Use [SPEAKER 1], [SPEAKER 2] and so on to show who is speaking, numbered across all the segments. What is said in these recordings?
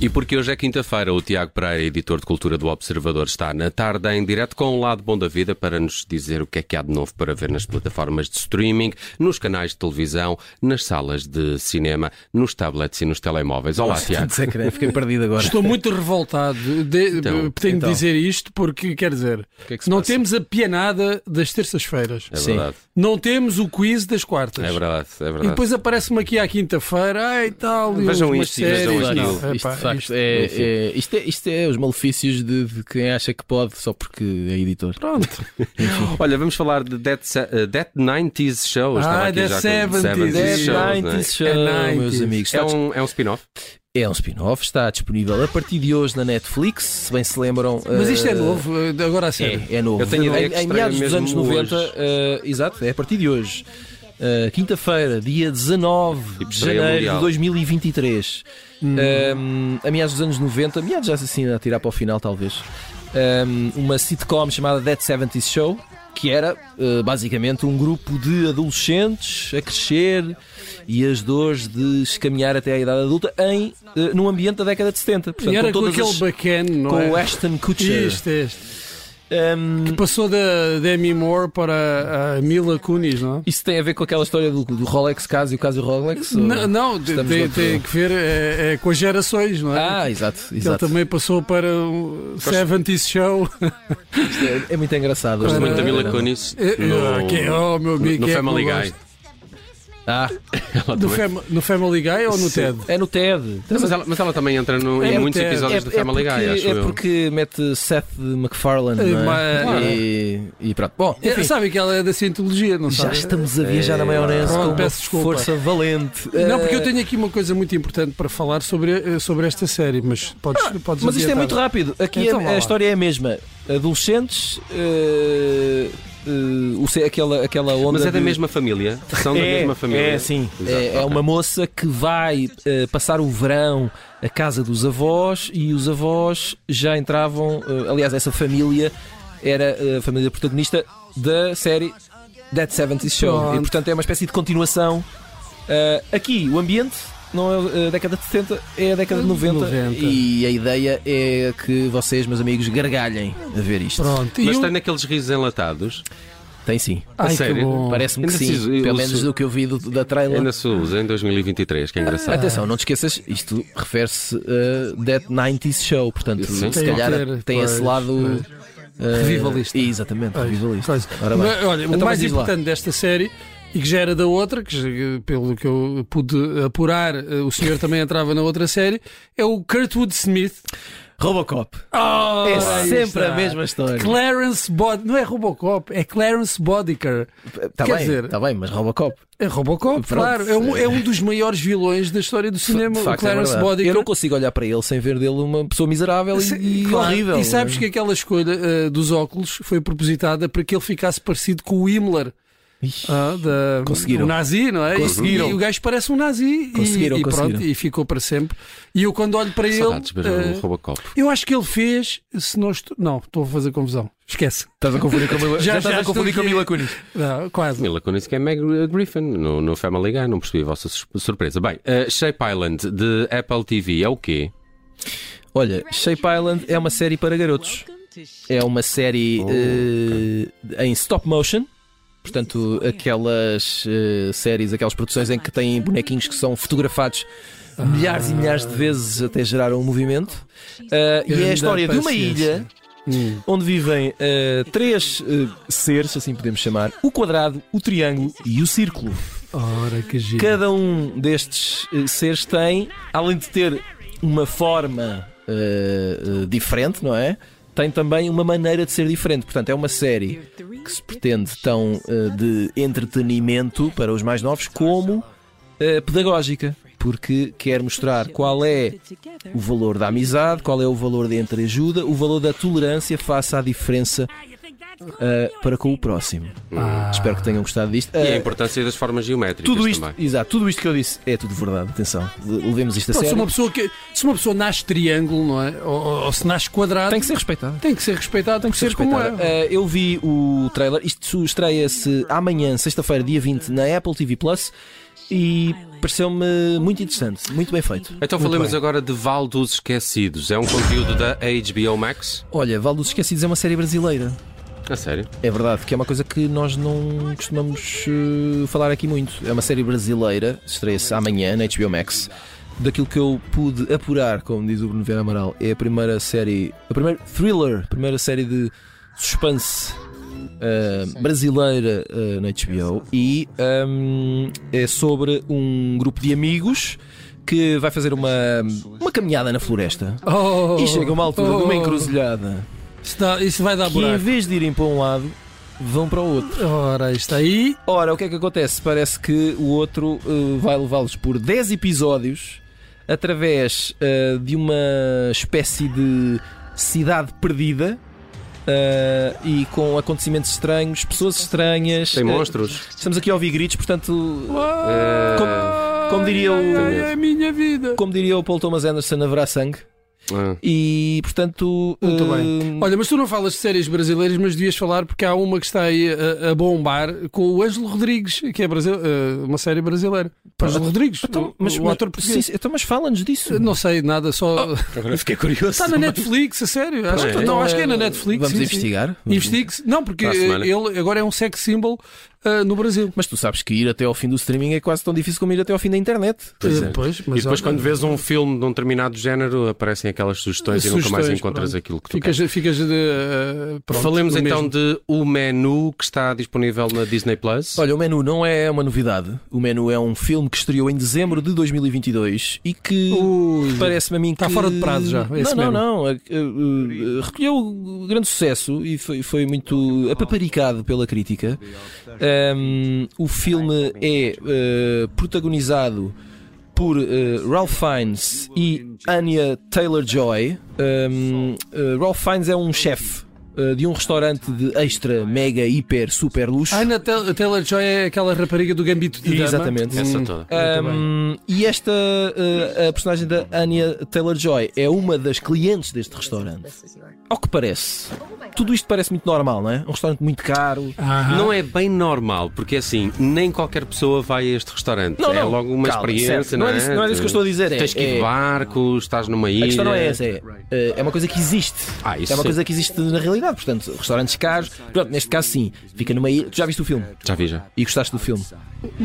[SPEAKER 1] E porque hoje é quinta-feira, o Tiago Pereira, editor de Cultura do Observador, está na tarde em direto com o Lado Bom da Vida para nos dizer o que é que há de novo para ver nas plataformas de streaming, nos canais de televisão, nas salas de cinema, nos tablets e nos telemóveis. Olá, Tiago.
[SPEAKER 2] Sacré, fiquei perdido agora.
[SPEAKER 3] Estou muito revoltado. De,
[SPEAKER 1] Então,
[SPEAKER 3] tenho
[SPEAKER 2] então.
[SPEAKER 3] de dizer isto porque, quer dizer,
[SPEAKER 1] que é que se
[SPEAKER 3] não
[SPEAKER 1] passa?
[SPEAKER 3] temos a pianada das terças-feiras.
[SPEAKER 1] É verdade,
[SPEAKER 3] Não temos o quiz das quartas.
[SPEAKER 1] é verdade, é
[SPEAKER 3] E
[SPEAKER 1] verdade.
[SPEAKER 3] depois aparece-me aqui à quinta-feira, ai tal, e
[SPEAKER 1] Vejam
[SPEAKER 3] umas
[SPEAKER 1] isto e vejam
[SPEAKER 3] séries.
[SPEAKER 1] aquilo.
[SPEAKER 3] Não,
[SPEAKER 2] é Isto, isto,
[SPEAKER 3] epá,
[SPEAKER 2] de facto,
[SPEAKER 3] isto-
[SPEAKER 2] é, é- isto, é, isto é os malefícios de, de quem acha que pode só porque é editor.
[SPEAKER 3] Pronto.
[SPEAKER 1] Olha, vamos falar de Dead, Se- eh, Dead 90s Show. Estava
[SPEAKER 3] Ah,
[SPEAKER 1] aqui
[SPEAKER 3] Dead
[SPEAKER 1] já com
[SPEAKER 3] 70s.
[SPEAKER 1] 70s
[SPEAKER 3] Dead
[SPEAKER 1] Shows, não é?
[SPEAKER 2] 90s show,
[SPEAKER 3] É 90s.
[SPEAKER 2] meus amigos.
[SPEAKER 1] É
[SPEAKER 2] Está
[SPEAKER 1] um, é um spin-off?
[SPEAKER 2] É um spin-off, está disponível a partir de hoje na Netflix, se bem se lembram.
[SPEAKER 3] Mas isto é
[SPEAKER 2] eh,
[SPEAKER 3] novo, agora a sério.
[SPEAKER 2] É, é novo.
[SPEAKER 1] Eu tenho ideia
[SPEAKER 2] em,
[SPEAKER 1] que
[SPEAKER 2] em
[SPEAKER 1] estreia
[SPEAKER 2] meados dos
[SPEAKER 1] mesmo
[SPEAKER 2] anos 90,
[SPEAKER 1] hoje.
[SPEAKER 2] eh, exato, é a partir de hoje. Eh, Quinta-feira, dia 19
[SPEAKER 1] Tipo,
[SPEAKER 2] de
[SPEAKER 1] estreia
[SPEAKER 2] janeiro
[SPEAKER 1] mundial.
[SPEAKER 2] de 2023.
[SPEAKER 3] Hum.
[SPEAKER 2] Eh, a meados dos anos 90, meados já assim a tirar para o final, talvez. eh, uma sitcom chamada That 70s Show, que era eh, basicamente um grupo de adolescentes a crescer e as dores de se caminhar até à idade adulta em, eh, num ambiente da década de 70. Portanto,
[SPEAKER 3] E era com
[SPEAKER 2] todas
[SPEAKER 3] aquele
[SPEAKER 2] as-
[SPEAKER 3] bacana, não
[SPEAKER 2] com o
[SPEAKER 3] é?
[SPEAKER 2] Ashton Kutcher.
[SPEAKER 3] Este, este.
[SPEAKER 2] Ehm,
[SPEAKER 3] Passou da Demi Moore para a Mila Kunis, não é?
[SPEAKER 2] Isso tem a ver com aquela história do, do Rolex caso e o caso do Rolex? ou-
[SPEAKER 3] Não, não tem,
[SPEAKER 2] estamos noutro-
[SPEAKER 3] tem que ver é, é com as gerações, não é?
[SPEAKER 2] Ah, exato,
[SPEAKER 3] Ele
[SPEAKER 2] exato.
[SPEAKER 3] também passou para o 70s Show.
[SPEAKER 2] Isto É, é muito engraçado. É, Não,
[SPEAKER 3] Gosto
[SPEAKER 1] Muito da
[SPEAKER 2] não,
[SPEAKER 1] Mila
[SPEAKER 2] não.
[SPEAKER 1] Kunis.
[SPEAKER 3] Ah, que- oh, meu amigo,
[SPEAKER 1] no
[SPEAKER 3] que é
[SPEAKER 1] Family
[SPEAKER 3] que eu
[SPEAKER 1] Guy.
[SPEAKER 3] gosto.
[SPEAKER 2] Ah,
[SPEAKER 1] Ela
[SPEAKER 3] Do
[SPEAKER 1] também-
[SPEAKER 3] Fam- no Family Guy ou no TED?
[SPEAKER 2] é no TED.
[SPEAKER 1] Não, Então, Mas ela, mas ela também entra no,
[SPEAKER 3] É
[SPEAKER 1] em
[SPEAKER 3] no
[SPEAKER 1] muitos
[SPEAKER 3] TED.
[SPEAKER 1] episódios do Family
[SPEAKER 2] porque,
[SPEAKER 1] Guy, acho
[SPEAKER 2] é
[SPEAKER 1] eu.
[SPEAKER 2] porque mete Seth MacFarlane
[SPEAKER 3] É,
[SPEAKER 2] não é?
[SPEAKER 3] mas-
[SPEAKER 2] e, e pronto. Bom,
[SPEAKER 3] É,
[SPEAKER 2] enfim,
[SPEAKER 3] sabe que ela é da cientologia, não
[SPEAKER 2] já
[SPEAKER 3] sabe?
[SPEAKER 2] estamos a viajar
[SPEAKER 1] É.
[SPEAKER 2] na maionese
[SPEAKER 3] Pronto,
[SPEAKER 2] com uma
[SPEAKER 3] peço desculpa.
[SPEAKER 2] força valente.
[SPEAKER 3] Não, porque eu
[SPEAKER 2] Eh,
[SPEAKER 3] tenho aqui uma coisa muito importante para falar sobre, eh, sobre esta série, mas podes, podes
[SPEAKER 2] Mas isto é
[SPEAKER 3] adiantar.
[SPEAKER 2] muito rápido. Aqui
[SPEAKER 3] Então
[SPEAKER 2] a-
[SPEAKER 3] vá
[SPEAKER 2] a,
[SPEAKER 3] lá.
[SPEAKER 2] história é a mesma. Adolescentes, eh, eh, o se- aquela, aquela onda.
[SPEAKER 1] Mas é da
[SPEAKER 2] de-
[SPEAKER 1] mesma família. São da mesma família.
[SPEAKER 2] É, sim.
[SPEAKER 1] Exato,
[SPEAKER 2] é, é
[SPEAKER 1] ok.
[SPEAKER 2] uma moça que vai eh, passar o verão à casa dos avós e os avós já entravam. eh, aliás, essa família era eh, a família protagonista da série Dead 70s Show.
[SPEAKER 3] Pronto.
[SPEAKER 2] E portanto é uma espécie de continuação. Eh, aqui, o ambiente. Não é a década de 70, é a década de 90,
[SPEAKER 3] 90.
[SPEAKER 2] E a ideia é que vocês, meus amigos, gargalhem a ver isto.
[SPEAKER 3] Pronto, e
[SPEAKER 1] Mas
[SPEAKER 3] o-
[SPEAKER 1] tem naqueles risos enlatados.
[SPEAKER 2] Tem sim.
[SPEAKER 3] Ai, que
[SPEAKER 1] sério?
[SPEAKER 3] bom.
[SPEAKER 2] Parece-me que
[SPEAKER 1] Ainda
[SPEAKER 2] sim.
[SPEAKER 1] preciso- eu
[SPEAKER 2] Pelo
[SPEAKER 1] sou-
[SPEAKER 2] menos do que eu vi do- da trailer.
[SPEAKER 1] Ainda se usa em 2023, que é
[SPEAKER 3] Tá.
[SPEAKER 1] engraçado.
[SPEAKER 2] Atenção, não te esqueças, isto refere-se a Dead 90s Show, portanto,
[SPEAKER 1] Sim.
[SPEAKER 2] se
[SPEAKER 3] Tem
[SPEAKER 2] calhar
[SPEAKER 3] que ter,
[SPEAKER 2] tem esse
[SPEAKER 3] pois,
[SPEAKER 2] lado. eh,
[SPEAKER 3] Revivalista.
[SPEAKER 2] Exatamente,
[SPEAKER 3] Pois,
[SPEAKER 2] revivalista.
[SPEAKER 3] coisa.
[SPEAKER 2] Ora bem.
[SPEAKER 3] Mas, olha,
[SPEAKER 2] Então,
[SPEAKER 3] o
[SPEAKER 2] mas
[SPEAKER 3] mais
[SPEAKER 2] diz lá.
[SPEAKER 3] importante desta série e que já era da outra, que já- eh, pelo que eu pude apurar, eh, o senhor também entrava na outra série, é o Kurtwood Smith.
[SPEAKER 2] Robocop.
[SPEAKER 3] Ah,
[SPEAKER 2] É
[SPEAKER 3] aí
[SPEAKER 2] sempre
[SPEAKER 3] está.
[SPEAKER 2] a mesma história.
[SPEAKER 3] Clarence Bod não é Robocop, é Clarence Bodiker.
[SPEAKER 2] Tá
[SPEAKER 3] Quer
[SPEAKER 2] bem,
[SPEAKER 3] dizer-
[SPEAKER 2] tá bem, mas Robocop.
[SPEAKER 3] É Robocop,
[SPEAKER 2] Pronto.
[SPEAKER 3] claro. É um, é um dos maiores vilões da história do cinema,
[SPEAKER 2] De
[SPEAKER 3] o
[SPEAKER 2] facto, é
[SPEAKER 3] Clarence
[SPEAKER 2] verdade.
[SPEAKER 3] Bodiker.
[SPEAKER 2] Eu não consigo olhar para ele sem ver dele uma pessoa miserável
[SPEAKER 3] Se-
[SPEAKER 2] e, e
[SPEAKER 3] claro.
[SPEAKER 2] horrível.
[SPEAKER 3] E sabes
[SPEAKER 2] não
[SPEAKER 3] que
[SPEAKER 2] é?
[SPEAKER 3] aquela escolha eh, dos óculos foi propositada para que ele ficasse parecido com o Himmler.
[SPEAKER 2] Ixi.
[SPEAKER 3] Ah, da,
[SPEAKER 2] Conseguiram.
[SPEAKER 3] O nazi, não é? E-
[SPEAKER 2] Conseguiram.
[SPEAKER 3] E, o gajo parece um nazi. e-
[SPEAKER 2] Conseguiram,
[SPEAKER 3] e,
[SPEAKER 2] conseguiram.
[SPEAKER 3] pronto, e ficou para sempre. E eu quando olho para
[SPEAKER 2] Ah,
[SPEAKER 1] Saudades,
[SPEAKER 3] ele.
[SPEAKER 1] mas não,
[SPEAKER 3] eh,
[SPEAKER 1] Robocop.
[SPEAKER 3] eu acho que ele fez, se não estou. Não, estou a fazer confusão. Esquece.
[SPEAKER 2] Estás a confundir com a Mila,
[SPEAKER 3] Já- já estou aqui.
[SPEAKER 2] Kunis.
[SPEAKER 3] Não, quase.
[SPEAKER 1] Mila Kunis que é Meg Griffin no, no Family Guy, não percebi a vossa sus- surpresa. Bem, eh, Shape Island de Apple TV é o quê?
[SPEAKER 2] Olha, Shape Island é uma série para garotos. É uma
[SPEAKER 3] Oh,
[SPEAKER 2] série eh, em stop motion. Portanto, aquelas eh, séries, aquelas produções em que têm bonequinhos que são fotografados
[SPEAKER 3] Ah.
[SPEAKER 2] milhares e milhares de vezes até gerar um movimento. Eh, e é a
[SPEAKER 3] Grande
[SPEAKER 2] história de uma
[SPEAKER 3] paciência.
[SPEAKER 2] ilha
[SPEAKER 3] Hum.
[SPEAKER 2] onde vivem eh, três eh, seres, assim podemos chamar: o quadrado, o triângulo e o círculo.
[SPEAKER 3] Ora, que giro.
[SPEAKER 2] Cada um destes eh, seres tem, além de ter uma forma eh, eh, diferente, não é? Tem também uma maneira de ser diferente. Portanto, é uma série que se pretende tão eh, de entretenimento para os mais novos como eh, pedagógica, porque quer mostrar qual é o valor da amizade, qual é o valor da entreajuda, o valor da tolerância face à diferença uh, para com o próximo. Espero que tenham gostado disto.
[SPEAKER 1] E é a
[SPEAKER 2] Uh,
[SPEAKER 1] importância das formas geométricas
[SPEAKER 2] tudo isto,
[SPEAKER 1] também.
[SPEAKER 2] exato, tudo isto que eu disse é tudo verdade. Atenção, le- levemos isto a
[SPEAKER 3] Pronto, se,
[SPEAKER 2] sério.
[SPEAKER 3] uma pessoa que, se uma pessoa nasce triângulo, não é? Ou, ou- ou se nasce quadrado,
[SPEAKER 2] Tem que ser respeitada.
[SPEAKER 3] tem que ser respeitado, tem que ser, como
[SPEAKER 2] respeitada.
[SPEAKER 3] é.
[SPEAKER 2] Uh, eu vi o trailer, isto estreia-se amanhã, sexta-feira, dia 20, na Apple TV Plus e pareceu-me muito interessante, muito bem feito.
[SPEAKER 1] Então
[SPEAKER 3] Muito
[SPEAKER 1] falemos
[SPEAKER 3] bem.
[SPEAKER 1] agora de Val dos Esquecidos. É um conteúdo da HBO Max.
[SPEAKER 2] Olha, Val dos Esquecidos é uma série brasileira.
[SPEAKER 1] A sério?
[SPEAKER 2] É verdade, que é uma coisa que nós não costumamos eh, falar aqui muito. É uma série brasileira, estreia-se amanhã na HBO Max. Daquilo que eu pude apurar, como diz o Bruno Vieira Amaral, é a primeira série, a primeira thriller, a primeira série de suspense eh, brasileira eh, na HBO e ehm, é sobre um grupo de amigos que vai fazer uma, uma caminhada na floresta
[SPEAKER 3] Oh,
[SPEAKER 2] e chega a uma altura de
[SPEAKER 3] oh,
[SPEAKER 2] uma encruzilhada
[SPEAKER 3] Isso, dá- isso vai dar
[SPEAKER 2] que em
[SPEAKER 3] buraco.
[SPEAKER 2] vez de irem para um lado, vão para o outro.
[SPEAKER 3] Ora, isto aí.
[SPEAKER 2] Ora, o que é que acontece? Parece que o outro eh, vai levá-los por 10 episódios através eh, de uma espécie de cidade perdida. eh, e com acontecimentos estranhos, pessoas estranhas.
[SPEAKER 1] Tem
[SPEAKER 2] eh,
[SPEAKER 1] monstros?
[SPEAKER 2] estamos aqui a ouvir gritos, portanto,
[SPEAKER 3] Uai,
[SPEAKER 2] Como- como diria
[SPEAKER 3] ai,
[SPEAKER 2] o-
[SPEAKER 3] ai, ai, minha vida.
[SPEAKER 2] como diria o Paul Thomas Anderson, haverá sangue.
[SPEAKER 1] Ah.
[SPEAKER 2] E portanto.
[SPEAKER 3] Muito
[SPEAKER 2] eh,
[SPEAKER 3] bem. Olha, mas tu não falas de séries brasileiras, mas devias falar porque há uma que está aí a, a bombar com o Ângelo Rodrigues, que é brasi- eh, uma série brasileira. Ângelo Rodrigues,
[SPEAKER 2] então,
[SPEAKER 3] mas,
[SPEAKER 2] mas,
[SPEAKER 3] o,
[SPEAKER 2] mas-
[SPEAKER 3] ator português.
[SPEAKER 2] sim, Oh, então, mas fala-nos disso.
[SPEAKER 3] Não sei nada, só.
[SPEAKER 1] Agora fiquei curioso.
[SPEAKER 3] Está na Netflix, a sério. Acho
[SPEAKER 1] Pois
[SPEAKER 3] que-
[SPEAKER 1] é.
[SPEAKER 3] não, acho que tipo é na
[SPEAKER 2] eh,
[SPEAKER 3] Netflix.
[SPEAKER 2] Vamos
[SPEAKER 3] sim, sim.
[SPEAKER 2] investigar.
[SPEAKER 3] Investigue-se. Não, porque
[SPEAKER 1] Para a semana.
[SPEAKER 3] ele agora é um sex symbol ah, no Brasil.
[SPEAKER 2] Mas tu sabes que ir até ao fim do streaming é quase tão difícil como ir até ao fim da internet.
[SPEAKER 1] Pois é.
[SPEAKER 3] Ah, pois, mas
[SPEAKER 1] E depois,
[SPEAKER 3] olha,
[SPEAKER 1] quando vês um filme de um determinado género, aparecem aquelas sugestões, e nunca mais
[SPEAKER 3] Sugestões,
[SPEAKER 1] encontras
[SPEAKER 3] pronto.
[SPEAKER 1] aquilo que tu
[SPEAKER 3] Ficas,
[SPEAKER 1] queres.
[SPEAKER 3] ficas de. ah, pronto,
[SPEAKER 1] Falemos
[SPEAKER 3] do
[SPEAKER 1] então
[SPEAKER 3] mesmo.
[SPEAKER 1] de O Menu, que está disponível na Disney Plus.
[SPEAKER 2] Olha, o Menu não é uma novidade. O Menu é um filme que estreou em dezembro de 2022 e que
[SPEAKER 3] Ui,
[SPEAKER 2] parece-me a mim que...
[SPEAKER 3] Está fora de prazo já, é esse
[SPEAKER 2] não, não,
[SPEAKER 3] Menu.
[SPEAKER 2] não. Eh, eh, eh, Recolheu grande sucesso e foi, foi muito apaparicado pela crítica. Ahm, o filme é eh, protagonizado por eh, Ralph Fiennes e Anya Taylor-Joy. Ahm, eh, Ralph Fiennes é um chefe eh, de um restaurante de extra, mega, hiper, super luxo.
[SPEAKER 3] Ah, na Tel- a Taylor Joy é aquela rapariga do Gambito de Dama.
[SPEAKER 2] Exatamente.
[SPEAKER 3] hum.
[SPEAKER 1] Essa toda.
[SPEAKER 3] Muito
[SPEAKER 2] Um, e esta uh, a personagem da Anya Taylor Joy é uma das clientes deste restaurante. Ao que parece, tudo isto parece muito normal, não é? Um restaurante muito caro.
[SPEAKER 3] Aham.
[SPEAKER 1] Não é bem normal, porque assim, nem qualquer pessoa vai a este restaurante.
[SPEAKER 2] Não,
[SPEAKER 1] é
[SPEAKER 2] não.
[SPEAKER 1] logo uma
[SPEAKER 2] Calma,
[SPEAKER 1] experiência,
[SPEAKER 2] certo.
[SPEAKER 1] não é?
[SPEAKER 2] Não é isso- não é isso que eu estou a dizer, é-
[SPEAKER 1] Tens que ir de
[SPEAKER 2] é-
[SPEAKER 1] barco, estás numa ilha.
[SPEAKER 2] A questão não é essa, é, uh, é uma coisa que existe.
[SPEAKER 1] Ah, isso
[SPEAKER 2] é uma
[SPEAKER 1] sim.
[SPEAKER 2] coisa que existe na realidade. Portanto, restaurantes caros. Pronto, neste caso sim, fica numa ilha. Tu já viste o filme?
[SPEAKER 1] Já vi, já.
[SPEAKER 2] E gostaste do filme?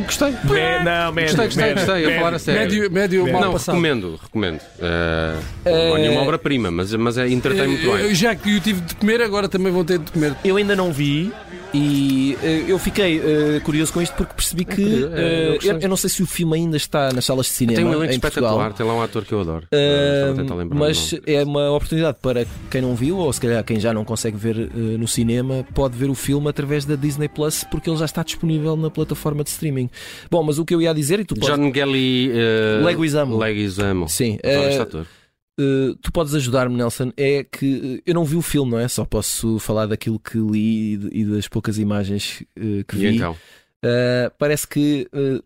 [SPEAKER 3] Gostei.
[SPEAKER 2] não,
[SPEAKER 3] Gostei,
[SPEAKER 1] Gostei,
[SPEAKER 3] gostei,
[SPEAKER 1] a falar a é sério.
[SPEAKER 3] Médio, médio mal
[SPEAKER 1] não,
[SPEAKER 3] passado.
[SPEAKER 1] recomendo, recomendo. Eh, Não é nenhuma obra-prima, mas, mas é, entretém muito
[SPEAKER 3] Eu- eu-
[SPEAKER 1] bem.
[SPEAKER 3] Já que eu tive de comer, agora também vão ter de comer.
[SPEAKER 2] Eu ainda não vi e eh, eu fiquei eh, curioso com isto porque percebi que
[SPEAKER 1] curioso, é, eu
[SPEAKER 2] eh,
[SPEAKER 1] gostei.
[SPEAKER 2] eu, eu não sei se o filme ainda está nas salas de cinema
[SPEAKER 1] Tem um elenco
[SPEAKER 2] em Portugal.
[SPEAKER 1] espetacular, tem lá um ator que eu adoro. Eh,
[SPEAKER 2] Eh,
[SPEAKER 1] estava a tentar lembrar o
[SPEAKER 2] mas
[SPEAKER 1] nome.
[SPEAKER 2] é uma oportunidade para quem não viu, ou se calhar quem já não consegue ver eh, no cinema, pode ver o filme através da Disney Plus, porque ele já está disponível na plataforma de streaming. Bom, mas o que eu ia dizer, e tu podes.
[SPEAKER 1] John Gelly. Uh,
[SPEAKER 2] Leguizamo.
[SPEAKER 1] Leguizamo.
[SPEAKER 2] Sim,
[SPEAKER 1] Adoro
[SPEAKER 2] eh,
[SPEAKER 1] este ator.
[SPEAKER 2] eh, tu podes ajudar-me, Nelson. É que eh, eu não vi o filme, não é? Só posso falar daquilo que li e de- e das poucas imagens eh, que
[SPEAKER 1] E
[SPEAKER 2] vi.
[SPEAKER 1] então?
[SPEAKER 2] Uh, parece que uh,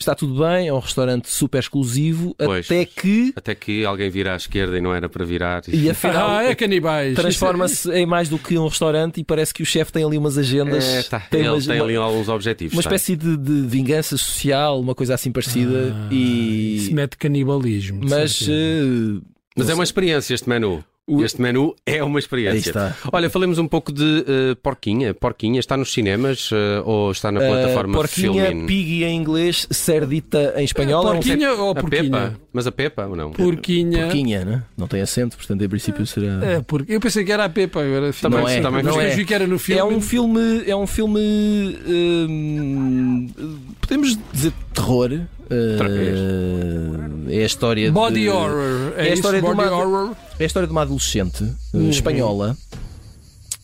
[SPEAKER 2] está tudo bem, é um restaurante super exclusivo,
[SPEAKER 1] Pois.
[SPEAKER 2] até que
[SPEAKER 1] Até que alguém vira à esquerda e não era para virar.
[SPEAKER 2] e afinal
[SPEAKER 3] Ah, é canibais.
[SPEAKER 2] transforma-se em mais do que um restaurante e parece que o chefe tem ali umas agendas,
[SPEAKER 1] É, tá.
[SPEAKER 2] tem,
[SPEAKER 1] Ele
[SPEAKER 2] umas-
[SPEAKER 1] tem
[SPEAKER 2] uma,
[SPEAKER 1] ali alguns objetivos.
[SPEAKER 2] uma
[SPEAKER 1] tá.
[SPEAKER 2] espécie de, de vingança social, uma coisa assim parecida
[SPEAKER 3] Ah, é- Se
[SPEAKER 2] e
[SPEAKER 3] mete canibalismo. de
[SPEAKER 2] mas
[SPEAKER 3] certeza.
[SPEAKER 2] uh,
[SPEAKER 1] Mas é uma experiência este menu.
[SPEAKER 2] O-
[SPEAKER 1] Este menu é uma
[SPEAKER 2] aí
[SPEAKER 1] experiência.
[SPEAKER 2] está.
[SPEAKER 1] Olha, falemos um pouco de eh, Porquinha. Porquinha está nos cinemas eh, ou está na plataforma
[SPEAKER 2] Uh, porquinha,
[SPEAKER 1] Filmin?
[SPEAKER 2] piggy em inglês, cerdita em espanhol, é um-
[SPEAKER 3] porquinha ou
[SPEAKER 1] a
[SPEAKER 3] porquinha?
[SPEAKER 1] Pepa? Mas a Pepa ou não?
[SPEAKER 3] Porquinha.
[SPEAKER 2] porquinha, né? não tem acento, portanto em princípio será.
[SPEAKER 3] É, porque eu pensei que era a Pepa, agora fiquei-
[SPEAKER 1] Também-
[SPEAKER 2] não é,
[SPEAKER 1] também
[SPEAKER 3] Mas
[SPEAKER 2] não
[SPEAKER 1] fiquei-
[SPEAKER 2] é.
[SPEAKER 3] depois vi que era no filme.
[SPEAKER 2] É um filme. É um filme. hum, podemos dizer terror. Uh,
[SPEAKER 1] Outra vez.
[SPEAKER 2] é a história
[SPEAKER 3] Body
[SPEAKER 2] de,
[SPEAKER 3] horror. É,
[SPEAKER 2] é a
[SPEAKER 3] isso?
[SPEAKER 2] história de
[SPEAKER 3] Body
[SPEAKER 2] uma-
[SPEAKER 3] horror.
[SPEAKER 2] É a história de uma adolescente uh, espanhola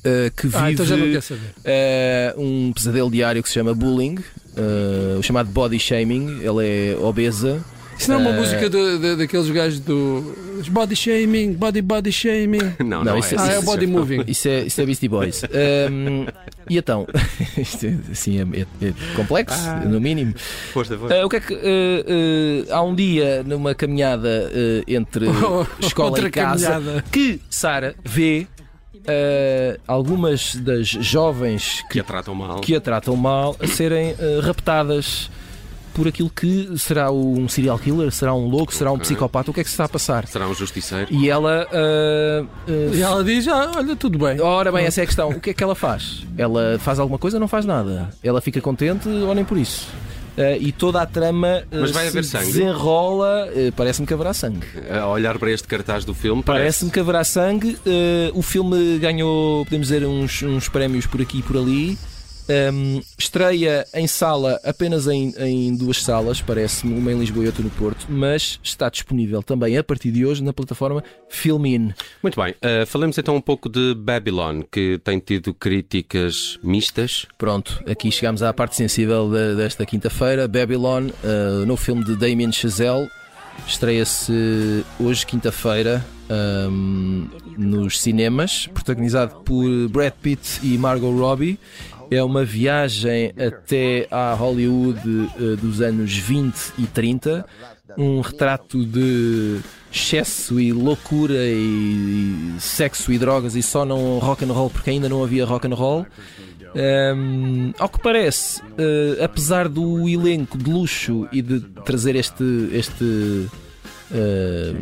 [SPEAKER 2] uh, que vive
[SPEAKER 3] Uhum. Ah, então já não quer saber.
[SPEAKER 2] uh, um eh, pesadelo diário que se chama bullying, uh, o chamado body shaming. Ela é obesa
[SPEAKER 3] Isso não é uma
[SPEAKER 2] Eh,
[SPEAKER 3] música do- do- daqueles gajos do. Body shaming, body body shaming.
[SPEAKER 1] Não, não,
[SPEAKER 2] Não,
[SPEAKER 1] é.
[SPEAKER 2] isso-
[SPEAKER 3] Ah, é o
[SPEAKER 2] isso-
[SPEAKER 3] body moving.
[SPEAKER 2] Isso é, isso é Beastie Boys. Ahm, e então, isto é, assim, é, é- é complexo,
[SPEAKER 3] Ah.
[SPEAKER 2] no mínimo.
[SPEAKER 1] Força, força.
[SPEAKER 2] Ah, o que é que. ah, ah, há um dia, numa caminhada ah, entre escola
[SPEAKER 3] Outra
[SPEAKER 2] e casa,
[SPEAKER 3] caminhada.
[SPEAKER 2] que Sara vê ah, algumas das jovens
[SPEAKER 1] Que
[SPEAKER 2] que,
[SPEAKER 1] a tratam mal.
[SPEAKER 2] que a tratam mal a serem ah, raptadas por aquilo que será um serial killer, será um louco, será um
[SPEAKER 1] Ok.
[SPEAKER 2] psicopata, o que é que se está a passar?
[SPEAKER 1] Será um justiceiro?
[SPEAKER 2] E ela ah, ah,
[SPEAKER 3] E ela diz: ah, olha, tudo bem.
[SPEAKER 2] Ora bem, essa é a questão. O que é que ela faz? Ela faz alguma coisa ou não faz nada? Ela fica contente ou nem por isso? Eh, e toda a trama eh,
[SPEAKER 1] Mas vai
[SPEAKER 2] se
[SPEAKER 1] haver sangue?
[SPEAKER 2] desenrola. eh, Parece-me que haverá sangue.
[SPEAKER 1] A olhar para este cartaz do filme, parece.
[SPEAKER 2] Parece-me que haverá sangue. Eh, o filme ganhou, podemos dizer, uns, uns prémios por aqui e por ali. Ehm, estreia em sala, apenas em, em duas salas, parece-me, uma em Lisboa e outra no Porto, mas está disponível também a partir de hoje na plataforma Filmin.
[SPEAKER 1] Muito bem, ah, falemos então um pouco de Babylon, que tem tido críticas mistas.
[SPEAKER 2] Pronto, aqui chegamos à parte sensível de- desta quinta-feira. Babylon, eh, no filme de Damien Chazelle, estreia-se hoje, quinta-feira, ahm, nos cinemas, protagonizado por Brad Pitt e Margot Robbie. É uma viagem até à Hollywood eh, dos anos 20 e 30, um retrato de excesso e loucura e sexo e drogas e só não rock and roll porque ainda não havia rock and roll. Um, ao que parece, eh, apesar do elenco de luxo e de trazer este. este eh,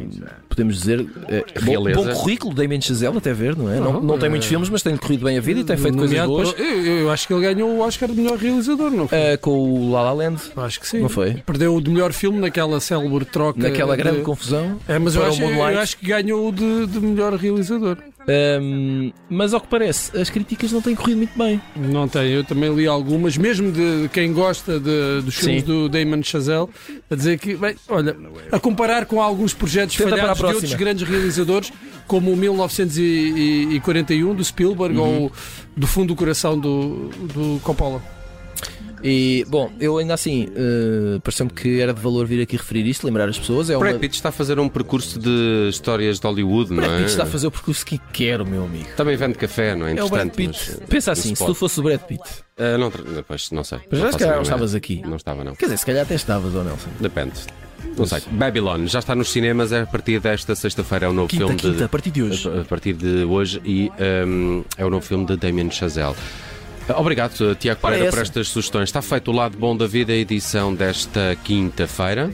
[SPEAKER 2] podemos dizer eh, bom,
[SPEAKER 1] Realeza. Uhum.
[SPEAKER 2] bom currículo da Damien Chazelle até ver, não é? Não, não tem muitos filmes, mas tem corrido bem a vida e tem feito coisas
[SPEAKER 3] Nomeado
[SPEAKER 2] boas
[SPEAKER 3] para- Eu, eu acho que ele ganhou o Oscar de melhor realizador, não foi?
[SPEAKER 2] eh, com o La La Land,
[SPEAKER 3] Acho que sim.
[SPEAKER 2] É. não foi?
[SPEAKER 3] Perdeu o de melhor filme naquela célebre troca.
[SPEAKER 2] Naquela
[SPEAKER 3] de-
[SPEAKER 2] grande confusão.
[SPEAKER 3] É, mas eu
[SPEAKER 2] para o
[SPEAKER 3] acho, eu
[SPEAKER 2] Moonlight.
[SPEAKER 3] acho que ganhou o de, de melhor realizador.
[SPEAKER 2] Um, mas ao que parece, as críticas não têm corrido muito bem.
[SPEAKER 3] Não tem, eu também li algumas, mesmo de quem gosta de- dos filmes
[SPEAKER 2] Sim.
[SPEAKER 3] do Damon Chazelle, a dizer que, bem, olha, a comparar com alguns projetos
[SPEAKER 2] Tenta para a
[SPEAKER 3] falhados de
[SPEAKER 2] próxima.
[SPEAKER 3] outros grandes realizadores, como o 1941 do Spielberg
[SPEAKER 2] Uhum.
[SPEAKER 3] ou do fundo do coração do, do Coppola.
[SPEAKER 2] E, bom, eu ainda assim, eh, pareceu-me que era de valor vir aqui referir isto, lembrar as pessoas. É uma...
[SPEAKER 1] Brad Pitt está a fazer um percurso de histórias de Hollywood, não
[SPEAKER 2] Brad
[SPEAKER 1] é?
[SPEAKER 2] Pitt está a fazer o percurso que quero, meu amigo.
[SPEAKER 1] Também vende café, não é?
[SPEAKER 2] É o Brad
[SPEAKER 1] Interessante.
[SPEAKER 2] Pitt.
[SPEAKER 1] mas,
[SPEAKER 2] Pensa
[SPEAKER 1] no
[SPEAKER 2] assim, se
[SPEAKER 1] spot.
[SPEAKER 2] tu fosse o Brad Pitt,
[SPEAKER 1] Ah, não, tra- pois, não sei.
[SPEAKER 2] mas já se
[SPEAKER 1] faço
[SPEAKER 2] calhar não
[SPEAKER 1] a mínima
[SPEAKER 2] estavas aqui.
[SPEAKER 1] ideia. Não estava, não.
[SPEAKER 2] Quer dizer, se calhar até estavas, ou Nelson.
[SPEAKER 1] Depende. Não sei. Babylon já está nos cinemas a partir desta sexta-feira. É o novo
[SPEAKER 2] Quinta,
[SPEAKER 1] filme de-
[SPEAKER 2] quinta, a partir de hoje.
[SPEAKER 1] a partir de hoje e hum, é o novo filme de Damien Chazelle. Obrigado, Tiago
[SPEAKER 2] Ora,
[SPEAKER 1] Pereira, por
[SPEAKER 2] essa.
[SPEAKER 1] estas sugestões. Está feito o lado bom da vida, edição desta quinta-feira.